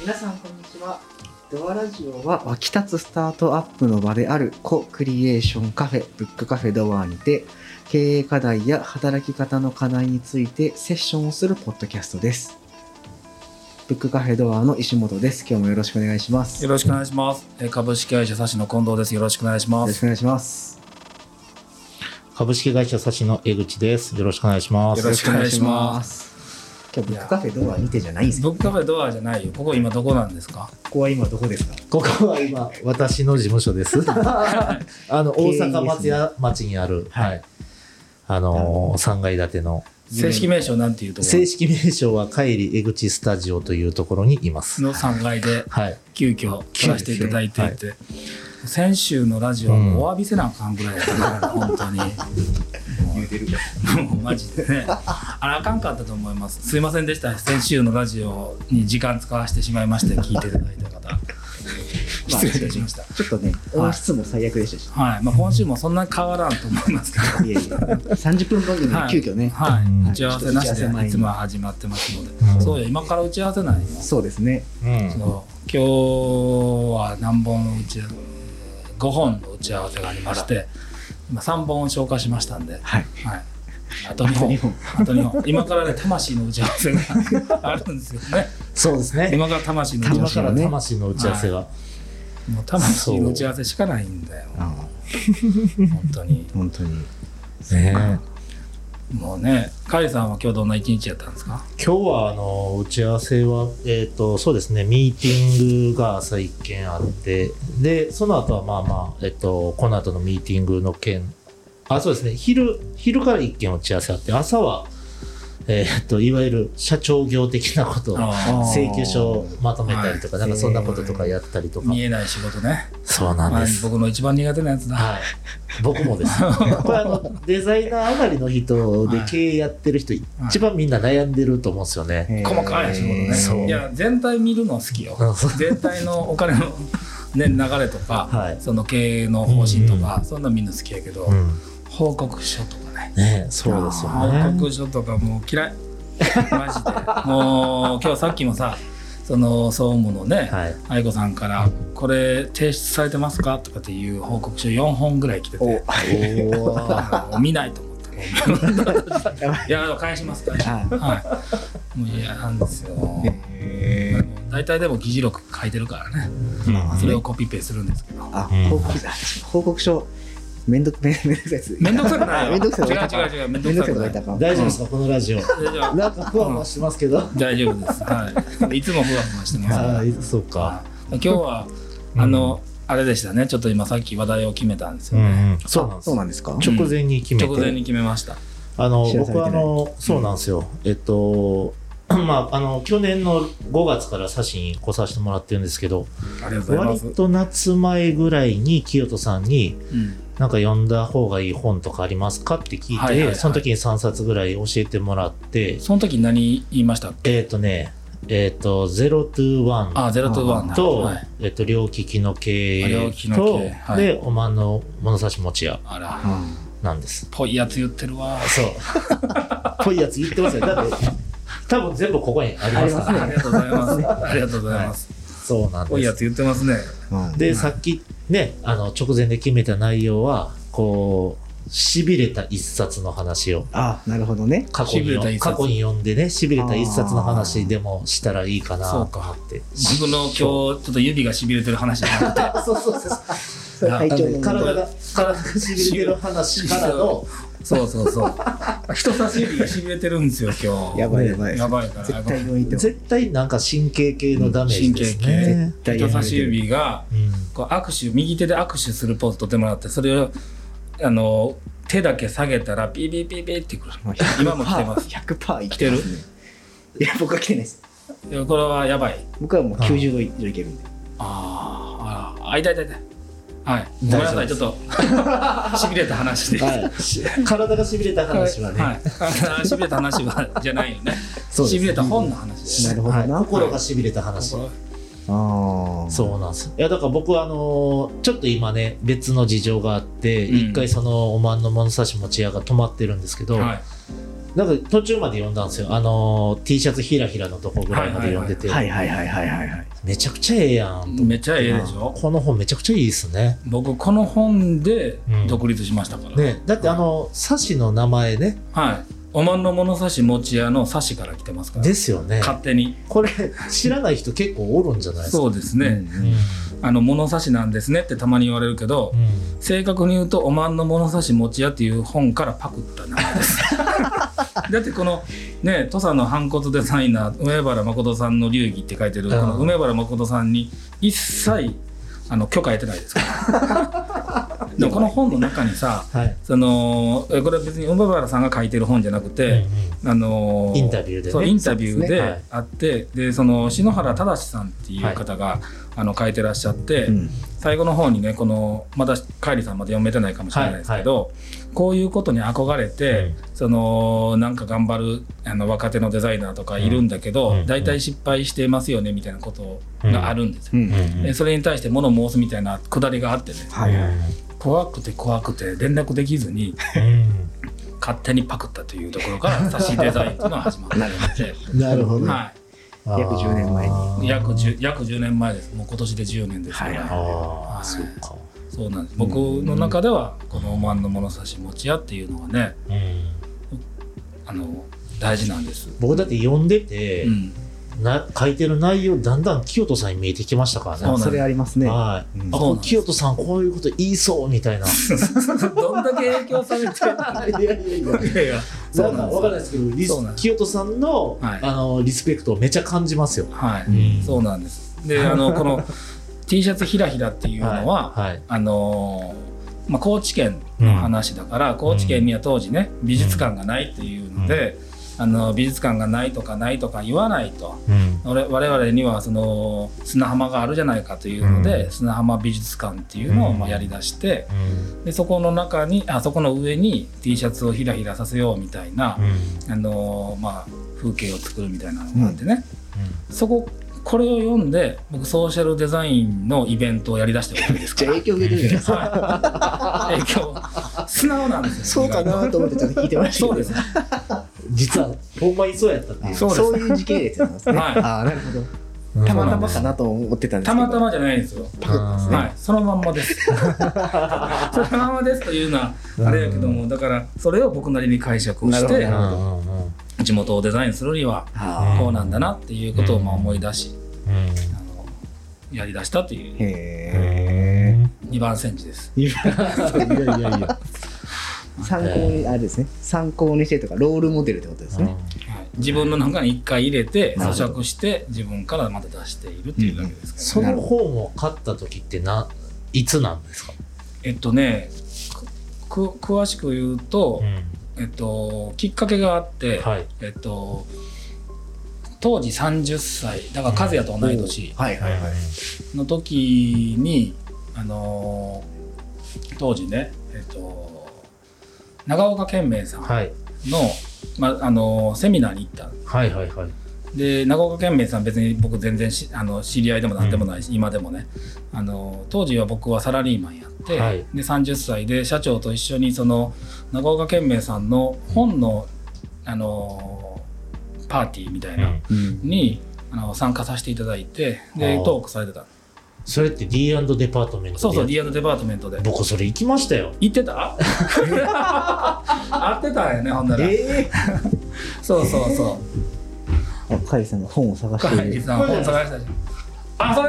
皆さんこんにちはドアラジオは湧き立つスタートアップの場であるコ・クリエーションカフェブックカフェドアにて経営課題や働き方の課題についてセッションをするポッドキャストですブックカフェドアの石本です今日もよろしくお願いしますよろしくお願いします。えー株式会社サシの近藤です。よろしくお願いしよまろしす。くお願いします株式会社サシの江口です。よろしくお願いしまよす。ろしくお願いします今日ブックカフェドアにてじゃないんですよブックカフェドアじゃないよ。ここ今どこなんですかここは今どこですかここは今、私の事務 所です。あの、経営大ですね阪松屋町にある、はいはい。あのー、3階建ての、正式名称なんていうとこ正式名称は帰り江口スタジオというところにいます。ろの3階ではい。急遽来らせていただいていて、先週のラジオはもうお詫びせなあかんぐらいだったから、本当に。言うてるもうマジでね。あら、あかんかったと思います。すいませんでした。先週のラジオに時間使わせてしまいまして、聞いていただいた 方。失礼いたしました。ちょっとねはい音質も最悪でしたしはい。まあ、今週もそんなに変わらんと思いますけど。いえいえ30分 番組で急遽ね、はい、うん打ち合わせなしちょっと打ち合わせ前でにいつもは始まってますので、うんそうよ今から打ち合わせないの、そうですねうん。そう今日は何本の打ち合わせ5本の打ち合わせがありまして今3本を消化しましたんで、はい、はいあと2あと二本本あと2本今からね魂の打ち合わせがあるんですよねそうですね。今から魂の打ち合わ今魂せから魂の打ち合わせが。もう魂の打ち合わせしかないんだよあ本当にあ本当にねもうね甲斐さんは今日どんな一日やったんですか今日はあの打ち合わせは、えっとそうですねミーティングが朝1件あってでその後はまあまあ、えっとこの後のミーティングの件あそうですね昼昼から1件打ち合わせあって朝は、えっといわゆる社長業的なことあ請求書をまとめたりとか、はいなんかそんなこととかやったりとーか見えない仕事ねそうなんまあで、す、僕の一番苦手なやつだ。はい、僕もです これあのデザイナー上がりの人で経営やってる人一番みんな悩んでると思うんですよね、細かい仕事ね。そういや、全体見るの好きよ。うんそう全体のお金の、ね、流れとか、 はいその経営の方針とか、そんなんみんな好きやけど、うん報告書とかね。ねそうですよね。報告書とかもう嫌 い。マジで。もう今日さっきもさ、その総務のね、はい。愛子さんから「これ提出されてますか?」とかっていう報告書4本ぐらい来てておおあの 見ないと思っても ういや返します返しますあはい。もう嫌なんですよ。えー大体でも議事録書いてるからね。それをコピペするんですけど。あうん報告書報告書めんどくめんめんどくさいやつめんどくさくないあよ。めんどくさい違う違う違う。めめんんどどくくさくないいさくな。大たか大丈夫ですかこのラジオ。丈夫なんかふわふわしてますけど。大丈夫です。はい。いつもふわふわしてますから。あはいい、そうか。今日は、うんあの、あれでしたね。ちょっと今さっき話題を決めたんですうよね。ん。そうなんですそう。なんですかちょ直前に決めて。直前に決めました。あの知らされて僕はないあのそうなんですよ、えっと まああの去年の5月から写真来させてもらってるんですけどありがとうございま割す。と夏前ぐらいに清人さんにうんなんか読んだ方がいい本とかありますかって聞いて、はいはいはいその時に3冊ぐらい教えてもらってその時何言いましたっけえっ、とねえっ、と「0 to 1」あ、ゼロとワンだ。と、はいえっと、両利きの経営と、両利きの経営はいで、おまんの物差し持ち屋あら、なんです。ぽいやつ言ってるわ。そう。 ぽいやつ言ってますよ。だって、多分全部ここにありますからありありがとうございます。ありがとうございます。そうなんぽいやでつす。言ってますね。うんで、さっきね、あの、直前で決めた内容は、こう、痺れた一冊の話を。あなるほどね過去に痺れた一冊過去に読んでね、しびれた一冊の話でもしたらいいかなそうとか思って。僕の今日ちょっと指がしびれてる話じゃなくて そうそう そうそう。それ体調の体が、体が痺れてる話からの、そうそうそう 人差し指がしびれてるんですよ今日やばいやばいやばいから絶対病院行っても絶対なんか神経系のダメージですね。絶対人や差めしてる指がこう握手右手で握手するポーズ取ってもらってそれをあの手だけ下げたらピーピーピーピーってくるもう今も来てます100%パー生きてますねいや僕は来てないですいやこれはやばい僕はもう90度以上いけるんであーあらあ痛い痛い痛いはいごめんなさい大ち丈ょっとしびれた話でうんはいし体が痺れた話はね、い、 あしびれた話はじゃないよねそうですしびれた本の話ですなるほどなはい心が痺れた話。ああそうなんです。いやだから僕はあのーちょっと今ね別の事情があってうん一、回そのおまんの物差し持ち屋が止まってるんですけど、はい、なんか途中まで読んだんですよあの T シャツひらひらのとこぐらいまで読んでて、はいはいはいはいはいはい。めちゃくちゃええやんと思ってめっちゃええでしょこの本めちゃくちゃいいですね僕この本でうん独立しましたから、ねだってあの冊子の名前ねはいおまんの物差し持屋の差しから来てますから、ですよね勝手にこれ知らない人結構おるんじゃないですかそうですね、あの物差しなんですねってたまに言われるけど、うん正確に言うと「おまんの物差し持ち屋」っていう本からパクった名前です だってこのね土佐の反骨デザイナー梅原誠さんの流儀って書いてる、うんこの梅原誠さんに一切あの許可得てないですから でもこの本の中にさはい、そのえこれは別に梅原さんが書いてる本じゃなくて、あのーインタビューでねそうインタビューそうですねではいあってでその篠原忠さんっていう方が、あの書いてらっしゃって、うん最後の方にねこのまだカイリさんまで読めてないかもしれないですけど、こういうことに憧れて、そのなんか頑張るあの若手のデザイナーとかいるんだけうどん大体、失敗してますよねみたいなことがあるんですよ。ううんんうんでそれに対して物申すみたいなくだりがあってねはいはい。怖くて怖くて連絡できずに勝手にパクったというところから差しデザインっていうのが始まったので、うんなるほど、は約10年前い、に約 10, 約10年前ですもう今年で10年ですから、はいはいあはいあそうか、そうなんです僕の中ではこの「おまんの物差し持ち屋」っていうのがねうん、あの大事なんです、僕だって読んでて、うん、な書いてる内容だんだん清人さんに見えてきましたからねそうなんですそれありますね。はい、うんあそうなんですこ清人さんこういうこと言いそうみたいなどんだけ影響されていやいやいやるいやいやそなうんなかん分からないでですすけどリスそうなんです清人さんの,、はいあのリスペクトをめちゃ感じますよ、はい、んそうなんですであのこの T シャツひらひらっていうのは、はいはいあのーまあ、高知県の話だから、高知県には当時ね美術館がないっていうので、あの美術館がないとかないとか言わないと、うん我我々にはその砂浜があるじゃないかというので、うん砂浜美術館っていうのをうんまあやりだして、うんでそこの中にあそこの上に T シャツをひらひらさせようみたいな、あのーまあ、風景を作るみたいなのがあってね、そここれを読んで僕ソーシャルデザインのイベントをやりだしてるわけですじゃかあら影響受けてるじゃないです か。はい影響素直なんですよそうかなと思ってちょっと聞いてましたけそど。うですね実はほんまにそうやったっていうそうですそういう時系列なんですね。はいああ、なるほど。うんたまたまかなと思ってたんですたけど。またまじゃないんですよパクったんですね。はい、そのまん まです。そのまんまですというのはあれやけども、だからそれを僕なりに解釈をしなるほてうんうんうん地元をデザインするにはあこうなんだなっていうことをまあうん思い出し、うんあのやりだしたというーへ二番煎じです。え。今いやいやいや。参考に、あれですね。参考にしてとか、ロールモデルってことですね。はい自分の中に一回入れてなる咀ほど嚼して自分からまた出しているっていうだけですから、その本を買った時ってな、いつなんですか。えっとねくく詳しく言うと、えっと、きっかけがあって、はい。えっと当時30歳だから和也と同い年、はいはいはい。の時に、あのー当時ね、えっと長岡健明さんの,、はい。まあのーセミナーに行ったはいはいはい。で長岡健明さん別に僕全然しあの知り合いでも何でもないし、今でもね、あのー当時は僕はサラリーマンやって、はいで30歳で社長と一緒にその長岡健明さんの本の、あのーパーティーみたいなうん。に、あの参加させていただいてであートークされてたそれって D& デパートメントで。そうそう D& デパートメントで僕それ行きましたよ。行って た合ってたんやねほんなら、えそうそうそえ。カイさんが本を探うし深てい入る。さん本探したじゃんあそれ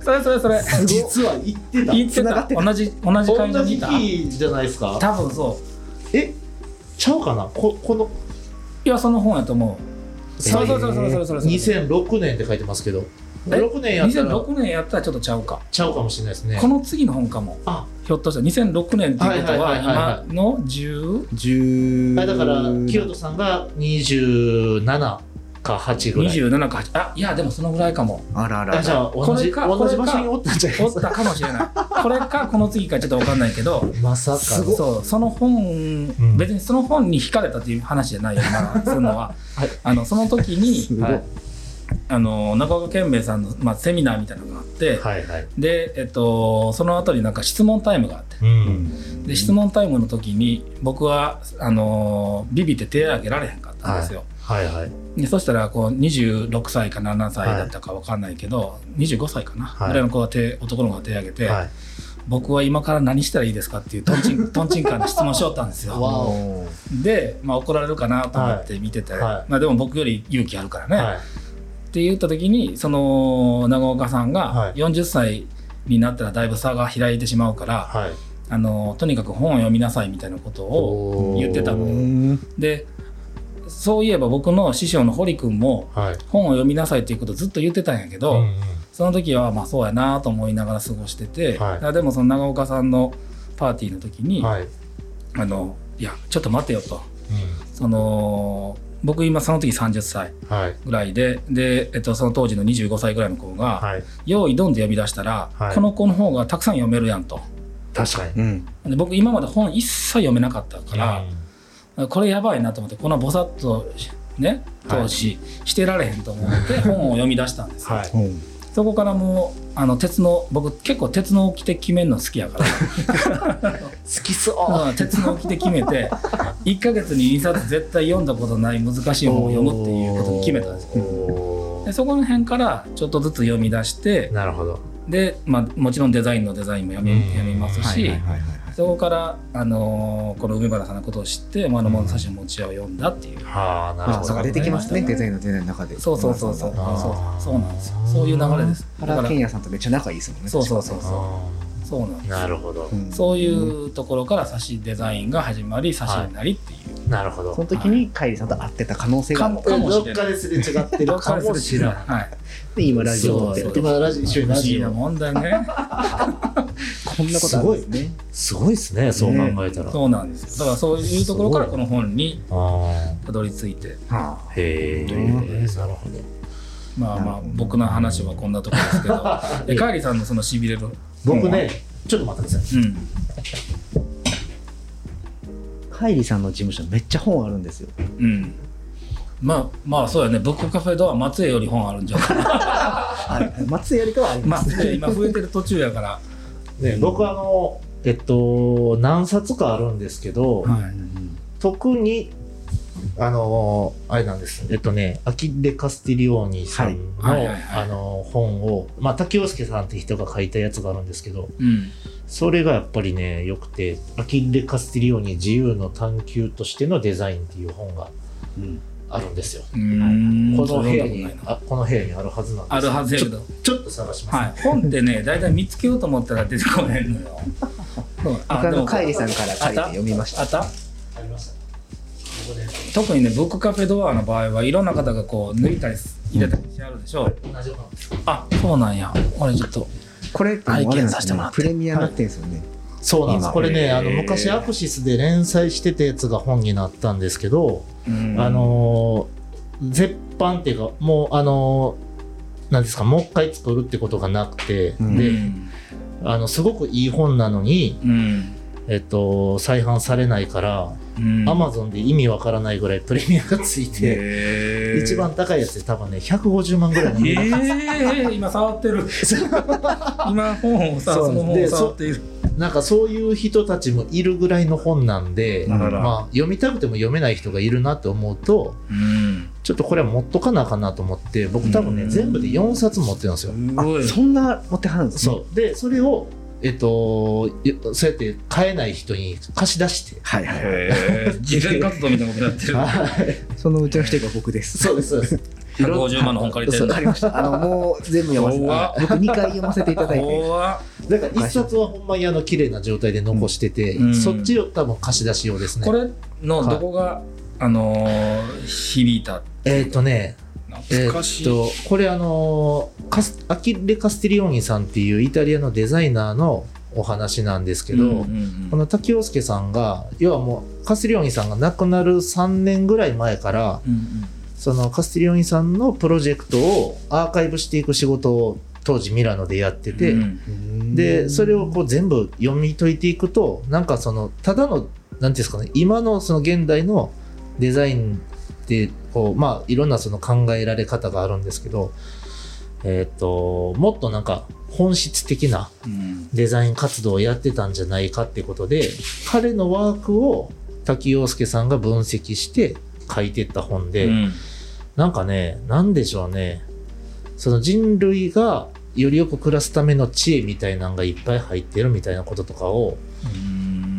それそれそれ実は行ってた。言って繋がたって同じ同じ会同場にじいた日じゃないですか。多分そうえ、ちゃうかな。ここのいやその本やと思うそそううそうそうそうそうそうそう2006年って書いてますけど、え6年やったら2006年やったらちょっとちゃうかちゃうかもしれないですねこ。の次の本かもあ、ひょっとしたら2006年っていうことはいはいはいはいはは今の 10? 十。あだから清人さんが27か8ぐらい。 27か8あいやでもそのぐらいかもあらあらああじら。ゃあ同これじか同じこれ場か所におったんじゃないおでっすたか。かもしれないこれかこの次かちょっと分かんないけどまさかすの。そうその本、ん別にそ の本に惹かれたという話じゃないよ今するのは、はいあのその時にすごいはい。あの中岡健明さんの、まあ、セミナーみたいなのがあって、はいはい。で、えっと、その後になんか質問タイムがあってうん。で質問タイムの時に僕はあのビビって手を挙げられへんかったんですよ、はいはい。でそしたらこう26歳か7歳だったかわかんないけど、25歳かな、はいぐらいの子が手男の子が手を挙げて、はい。僕は今から何したらいいですかっていうとんち んとんちんかんな質問しよったんですよわおで、まあ、怒られるかなと思って見てて、はいはいまあ、でも僕より勇気あるからね、はい。って言った時にその長岡さんはがい40歳になったらだいぶ差が開いてしまうから、はい。あのとにかく本を読みなさいみたいなことを言ってたーのうはんでそういえば僕の師匠の堀君もい。本を読みなさいっていうことをずっと言ってたんやけど、うんうんその時はまあそうやなと思いながら過ごしてて、はいあでもその長岡さんのパーティーの時に「はい。あのいやちょっと待てよ」と。うその僕今その時30歳んはい。ぐらいでで、えっと、その当時の25歳ぐらいの子が「はい。用意ドン」で呼び出したら、はいこの子の方がたくさん読めるやんと確かに。うんで僕今まで本一切読めなかったから、これやばいなと思ってこんなぼさっとねはい投資してられへんと思 って本を読み出したんですよ、はい。おうそこからもうあの鉄の僕結構鉄の掟決めるの好きやから好きそうん鉄の掟決めて1ヶ月に2冊絶対読んだことない難しい本を読むっていうことに決めたんですよおでーそこら辺からちょっとずつ読み出してなるほど。で、まあ、もちろんデザインのデザインも読うんみ読みますはいし、はいはいはいそこから、あのーこの梅原さんのことを知って「まああの物差しの持ち屋」を読んだっていう、はあ、なるあほそうか。ど出てきましたねデザインのデザインの中でそうそうそうそうあそあーうそうなんですよそういう流れですだか原ら健也さんとめっちゃ仲いいですもんねそうそうそうそあうそうなんでーすなるほどう。んそういうところから差しデザインが始まり差しになりっていう、なるほそど。の時にカイリさんと会ってた可能性があっかもしどれっなかいですれ違ってるかもしれない。はいて今ラジオ撮ってそうるそう今ラジオ不一緒にラ思議ジなオ。もんだねこんなことあるんですねすごいですね、そう考えたら。そうなんですよだからそういうところからこの本にあたどり着いてはーへうえ、なるほど。まあまなるあほど僕の話はこんなところです けどえカーリーさんのそのしびれる僕ね、ちょっと待ってください。うんあカイリさんの事務所めっちゃ本あるんですようん。まあまあそうやね。ブックカフェドア松江より本あるんじゃない。はい 松江よりかはありまますあ今増えてる途中やから。ね、僕あの、えっと、何冊かあるんですけど、は特に、あの、あれなんです。えっとね、アキレ・カスティリオーニさんの、はいはいはいはいあの、本を、まあ、竹雄介さんって人が書いたやつがあるんですけど、い。うん。それがやっぱりね、良くて、アキレ・カスティリオーニ自由の探求としてのデザインっていう本がうんあるんですよ。うーん。この部屋そんになことないなあ、この部屋にあるはずなんですあるはずやちけょど。ちょっと探します。はい。本ってね、だいたい見つけようと思ったら出てこへんの よ。そう僕あのカイリさんから借りて読みましたあったありました。ここで特にね、ブックカフェドアの場合はいろんな方がこう抜いたり入れたりしてあるでしょ。同じようなのあ、そうなんや。俺ちょっと。これってもうあれなんです拝見させてよもねらってプレミアになってるんですよねそうなんです今これねあのへー昔アクシスで連載してたやつが本になったんですけど、うんあ。のー絶版っていうかもうあのーなんですかもう一回作るってことがなくて、うんうでん。あのすごくいい本なのに、うん。えっと、再販されないから、うんアマゾンで意味わからないぐらいプレミアがついて、へー一番高いやつで多分ね150万ぐらいのええ今触ってる。今本をさ、そうその本を触っている。なんかそういう人たちもいるぐらいの本なんで、だからまあ、読みたくても読めない人がいるなって思うとうん。ちょっとこれは持っとかなあかんなと思って僕多分ねうん全部で4冊持ってるんですすよ。あごい。そんな持ってはるんですねそうでそれをえっといそうやって買えない人に貸し出 して。はいはいはいへえ慈善活動みたいなことやってる。そのうちの一人が僕 ですそうですそうです。 150万の本借りてそるうわかりましたあのもう全部読ませて怖っあ僕2回読ませていただいて怖っだから一冊はほんまにあの綺麗な状態で残してて、うんそっちを多分貸し出し用ですね。これのどこが、あのー響いたえっとね、え懐かしっい。とこれあのーカスアキレ・カスティリオーニさんっていうイタリアのデザイナーのお話なんですけど、うんうんこの滝陽介さんが要はもうカスティリオーニさんが亡くなる3年ぐらい前からうんうんそのカスティリオーニさんのプロジェクトをアーカイブしていく仕事を当時ミラノでやってて、うんでそれをこうう全部読み解いていくとなんかそのただの何ていうんですかね今のその現代のデザインってこう、まあ、いろんなその考えられ方があるんですけど、えっともっとなんか本質的なうんデザイン活動をやってたんじゃないかってことで彼のワークを滝陽介さんが分析して書いてった本で、うんなんかねなんでしょうねその人類がよりよく暮らすための知恵みたいなのがいっぱい入ってるみたいなこととかを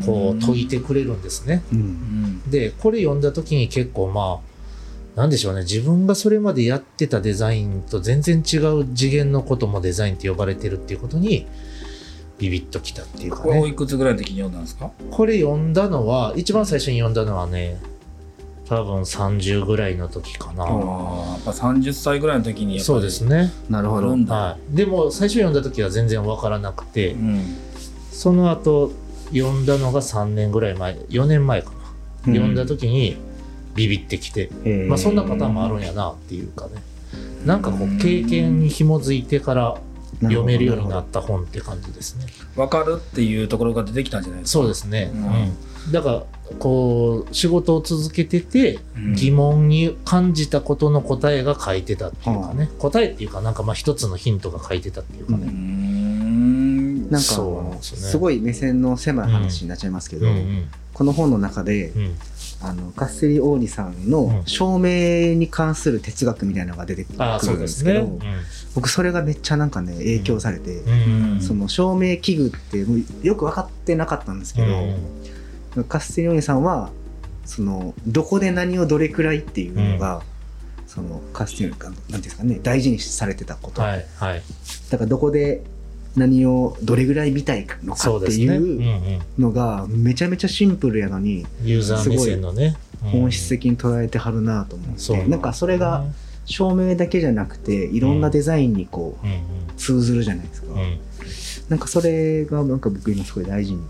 こう解いてくれるんですね。うんうんでこれ読んだ時に結構まあなんでしょうね自分がそれまでやってたデザインと全然違う次元のこともデザインって呼ばれてるっていうことにビビッときたっていうかこれおねいくつぐらいの時に読んだんですかこれ読んだのは一番最初に読んだのはね多分30ぐらいの時かな、ああやっぱ30歳ぐらいの時にやっぱりそうですね、なるほど読んだ、はい、でも最初読んだ時は全然わからなくてうんその後読んだのが3年ぐらい前4年前かな、読んだ時にビビってきてまあ、そんなパターンもあるんやなっていうかねなんかこう経験に紐づいてから読めるようになった本って感じですね分かるっていうところが出てきたんじゃないですかそうですね、うんうんだからこう仕事を続けててうん疑問に感じたことの答えが書いてたっていうかね、答えっていうかなんかまあ一つのヒントが書いてたっていうかうね、んなんかす,、そうなんですねごい目線の狭い話になっちゃいますけうど、んうんこの本の中でうんあのガッセリ王子さんのうん証明に関する哲学みたいなのが出てくああそるうんでですすねけうど、ん僕それがめっちゃなんかね影響されて、うんその証明器具ってもうよく分かってなかったんですけうど、んカステリオーニさんはそのどこで何をどれくらいっていうのが、そのカステリオーニさんなんていうんですかね大事にされてたこと、はいはいだからどこで何をどれぐらい見たいのかそうってですね、うんいうのがめちゃめちゃシンプルやのにうん、ユーザー目線のね本質的的に捉えてはるなと思って、なんかそれがね照明だけじゃなくていろんなデザインにこううん通ずるじゃないですか、うんうんなんかそれがなんか僕今すごい大事にうん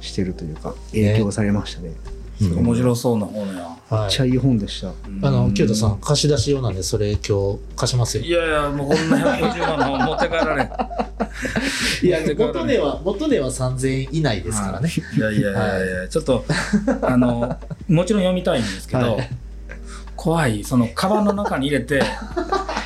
してるというか影響されましたねうん面白そうな本やめはっいちゃいい本でした、あうの、清田さん、貸し出し用なんで、それ今日貸しますよ。いやいやもうこんな150万の本持って帰られんいや、元値は、元値は3000円以内ですからね。 いやいやいやいや、ちょっと、あの、もちろん読みたいんですけど、はい怖い、その、カバンの中に入れ て、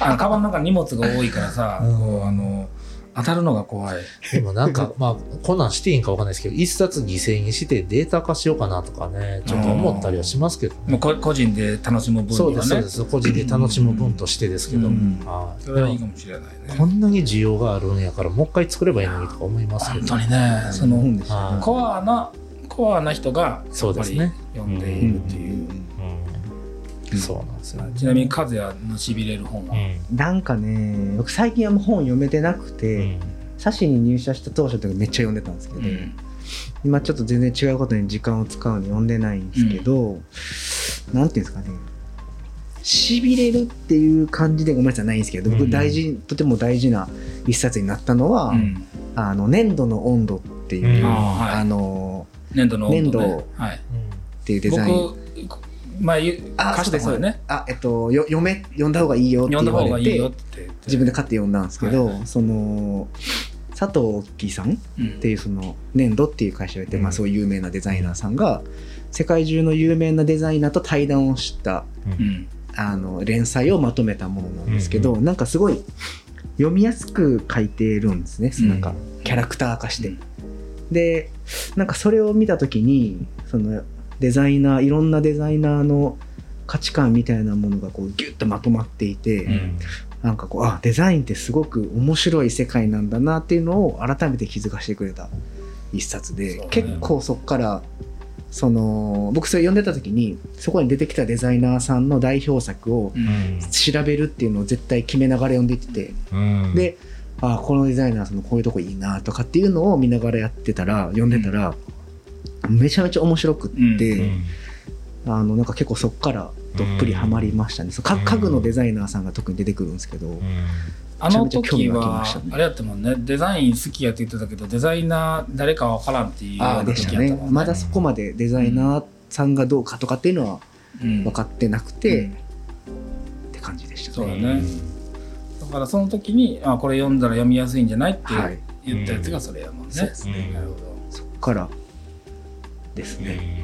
あの、カバンの中に荷物が多いからさ、うんこう、あの、当たるのが怖い。でもなん か、まあ、こんなんしていいんかわかんないですけど、一冊犠牲にしてデータ化しようかなとかね、ちょっと思ったりはしますけどね。もうこ、個人で楽しむ分そうにではす、そうねで。す。個人で楽しむ分としてですけど。うんはいそれはいいかもしれないね。こんなに需要があるんやから、もう一回作ればいいのにとか思いますけ本ど。当にね、そいいの、本でした、はいコアな、コアな人が、そうですね。読んでいるってういんう。うんそうなんですよ。ちなみに、和也のしびれる本うは、ん。なんかね僕最近あんま本読めてなくうて、んサシに入社した当初とかめっちゃ読んでたんですけど、うん今ちょっと全然違うことに時間を使うので読んでないんですけど、なんていうんですかねしびれるっていう感じでごめんなさいないんですけどう僕ん大事、とても大事な一冊になったのは、うんあの粘土の温度っていう、うんああはいあの粘土の温度粘ね土はいはい。っていうデザイン僕前ゆ貸した本やねあえっとよ読め読んだ方がいいよって読んだ言わ方がれいいよってて言って自分で買って読んだんですけど、はいはいその佐藤貴さんっうんていうその粘土っていう会社をやって、うんまあ、そういう有名なデザイナーさんが世界中の有名なデザイナーと対談をしたうんあの連載をまとめたものなんですけど、うなんかすごい読みやすく書いてるんですね、うんなんかキャラクター化して。うんでなんかそれを見た時にそのデザイナーいろんなデザイナーの価値観みたいなものがこうギュッとまとまっていて、うんなんかこうあデザインってすごく面白い世界なんだなっていうのを改めて気づかせてくれた一冊で、そうね結構そこからその僕それ読んでた時にそこに出てきたデザイナーさんの代表作をうん調べるっていうのを絶対決めながら読んでいってて、うんであこのデザイナーさんのこういうとこいいなとかっていうのを見ながらやってたら読んでたら、めちゃめちゃ面白くって、うんあのなんか結構そっからどっぷりハマりましたね、そうか家具のデザイナーさんが特に出てくるんですけど、あのめちゃめちゃ興味時湧きまはしたねあれやったもんねデザイン好きやって言ってたけどデザイナー誰かわからんっていうああで時したやっねたもんねまだそこまでデザイナーさんがどうかとかっていうのはうん分かってなくて、って感じでしたそうだね。ねだからその時にあこれ読んだら読みやすいんじゃないってはい、言ったやつがそれやもんそうねですね、うんなるほどそっからですね、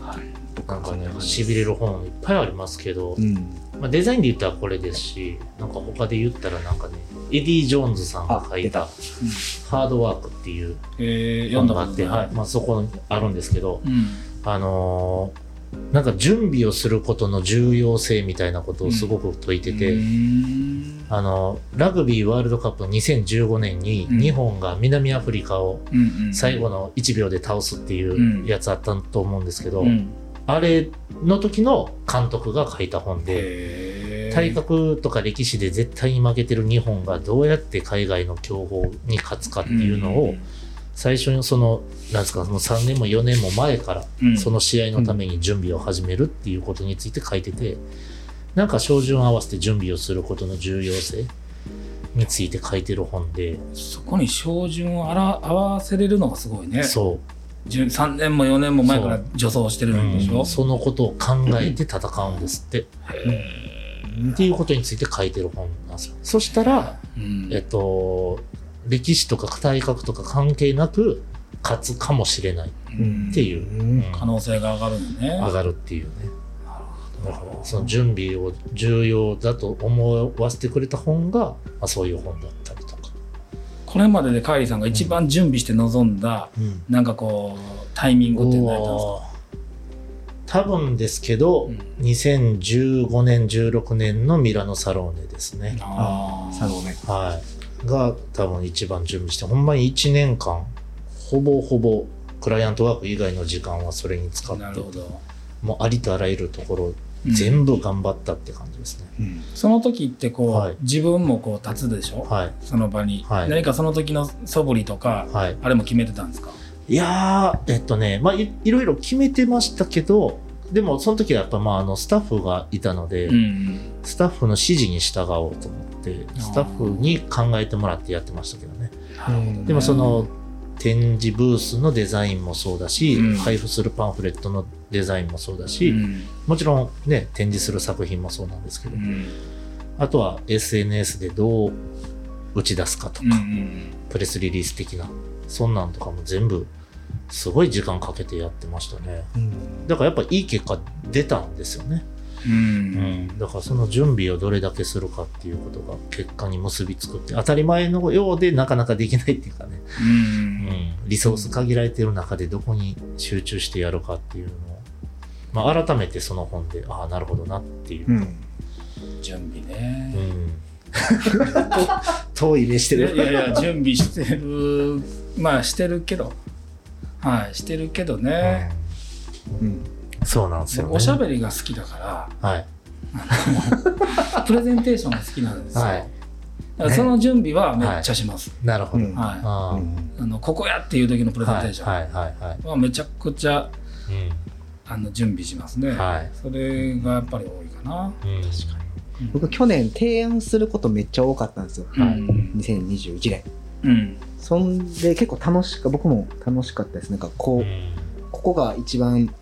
うはい、なんかねしびれる本いっぱいありますけど、うん。まあ、デザインで言ったらこれですしなんか他で言ったらなんかねエディ・ジョーンズさんが書いた「ハードワーク」っていうえー、読本んだこがあっとて、な。はいいまあ、そこにあるんですけど、うん。あのーなんか準備をすることの重要性みたいなことをすごく説いてて、うーんあのラグビーワールドカップの2015年にうん日本が南アフリカをうんうん最後の1秒で倒すっていうやつあったと思うんですけど、うんあれの時の監督が書いた本で。へー体格とか歴史で絶対に負けてる日本がどうやって海外の強豪に勝つかっていうのを最初にそのなんですかもう3年も4年も前からうんその試合のために準備を始めるっていうことについて書いてて、なんか照準を合わせて準備をすることの重要性について書いてる本で、そこに照準をあら合わせれるのがすごいねそ10 3年も4年も前から助走してう、るんでしうょんそのことを考えて戦うんですって、っていうことについて書いてる本なんですよ。そしたら、うんえっと、歴史とか体格とか関係なく勝つかもしれないってういう、ん。可能性が上がるのね上がるっていうね。なるほどだからその準備を重要だと思わせてくれた本が、まあ、そういう本だったりとか、これまででカイリーさんが一番準備して臨んだ、なんかこうタイミングって何だっおー多分ですけど、うん2015年16年のミラノサローネですね、たあんですサかロね。はい、が多分一番準備してほんまに1年間ほぼほぼクライアントワーク以外の時間はそれに使っなてるほど、もうありとあらゆるところうん全部頑張ったって感じですね、うん。その時ってこう、はい自分もこう立つでしょ、はいその場に、はい何かその時の素振りとか、はいあれも決めてたんですかいやー、えっとね、まあい、いろいろ決めてましたけど、でも、その時はやっぱ、まあ、あの、スタッフがいたので、うんスタッフの指示に従おうと思って、スタッフに考えてもらってやってましたけどね。うんでも、その、展示ブースのデザインもそうだし、うん配布するパンフレットのデザインもそうだうし、んもちろんね、展示する作品もそうなんですけど、うんあとは SNS でどう打ち出すかとか、うんプレスリリース的な、そんなんとかも全部、すごい時間かけてやってましたね。うんだからやっぱいい結果出たんですよね、うんだからその準備をどれだけするかっていうことが結果に結びつくって当たり前のようでなかなかできないっていうかね、うんリソース限られてる中でどこに集中してやるかっていうのを、まあ、改めてその本でああなるほどなっていう、うん。準備ね、うん遠い目していやいるやいや準備してるまあしてるけどはいしてるけどね、うん。そうなんですよ、ね、僕おしゃべりが好きだかはいらプレゼンテーションが好きなんですよ、はいだからその準備はめっちゃします、なるほど、うんはいああのここやっていう時のプーレゼンテーションはいはいはいはい、はめちゃくちゃうあの準備しますね、んはいそれがやっぱり多いかな、うん、確かうん僕、去年提案することめっちゃ多かったんですよ。うんはい2021年。うんそんで結構楽しか僕も楽しかったですなんかこう、うんここが一番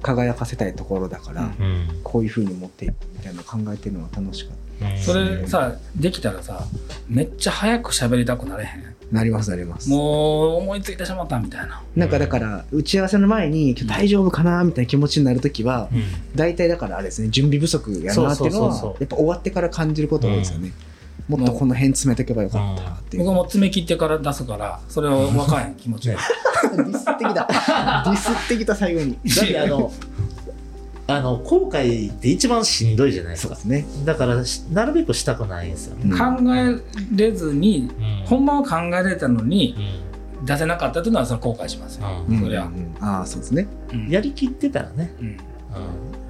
輝かせたいところだから、うんうんこういうふうに持っていくみたいなのを考えてるのは楽しかっそれさできたらさめっちゃ早く喋りたくなれへんたなりますなりますもう思いついてしまったみたいななんかだから打ち合わせの前に今日大丈夫かなみたいな気持ちになるときは、うん大体だからあれですね準備不足やなっていうのそうそうそうそはうやっぱ終わってから感じること多いですよね、もっとこの辺詰めとけばよかったっていう、僕も詰め切ってから出すからそれを分からへん気持ちがディスってきたデ ィスってきた最後にだってあ のあの後悔って一番しんどいじゃないですそうかですね、だからしなるべくしたくないんですよね、うん考えれずにうんほんまは考えれたのにうん出せなかったというのはそれ後悔しますよ、うそりゃうんうんうんああそうですねうんやりきってたらね、うんうん、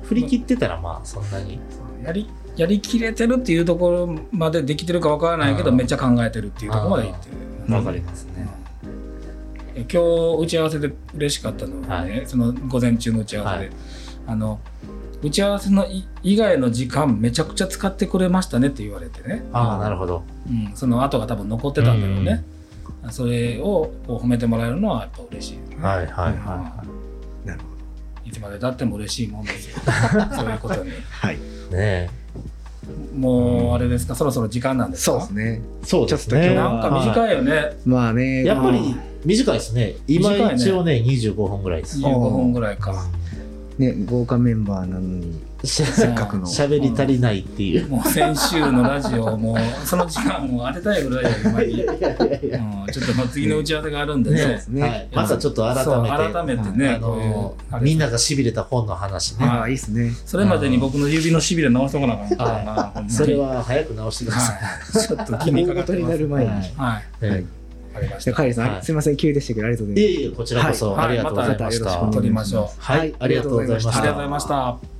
振り切ってたらまあそんなに、やりやりきれてるっていうところまでできてるかわからないけどうんめっちゃ考えてるっていうところまでいってるうんわかりますね、え今日打ち合わせで嬉しかったのはね、はその午前中の打ち合わせで、はあの打ち合わせのい以外の時間めちゃくちゃ使ってくれましたねって言われてね、ああなるほどうん、その後が多分残ってたんだろうね、それをこう褒めてもらえるのはやっぱ嬉しい、はいはいはいはなるほどい、つまでたっても嬉しいもんですよそういうことにはいいねもうあれですかそろそろ時間なんですかそうですねえそうですねちょっと今日なんか短いよね、まあねやっぱまあり短いですね今短いね一応ね25分ぐらいですあ15分ぐらいかね、豪華メンバーなのに、しせっかくの。ゃべり足りないっていう。もう先週のラジオもうその時間を当てたいぐらいだよ今に、うん、いやいやいやちょっとまあ次の打ち合わせがあるんでねそうですね。はい、まずはちょっと改めて。そう改めてね、あのこういうみんながしびれた本の話ね、ああ、いいですね。それまでに僕の指のしびれ直しとかなあかったからな、ほんまにそれは早く直してください。はい ちょっと気にか大かって事にまなする前に。は はいはいい。えわかりましじゃあ、たカイリさん、はいすみません、急でしたけど、ありがとうごえざいいえいえ、こちらこそ、はいありがとうござまたいました。よろしくお願いします取りましょうはい、ありがとうございましありがとうたござい。ました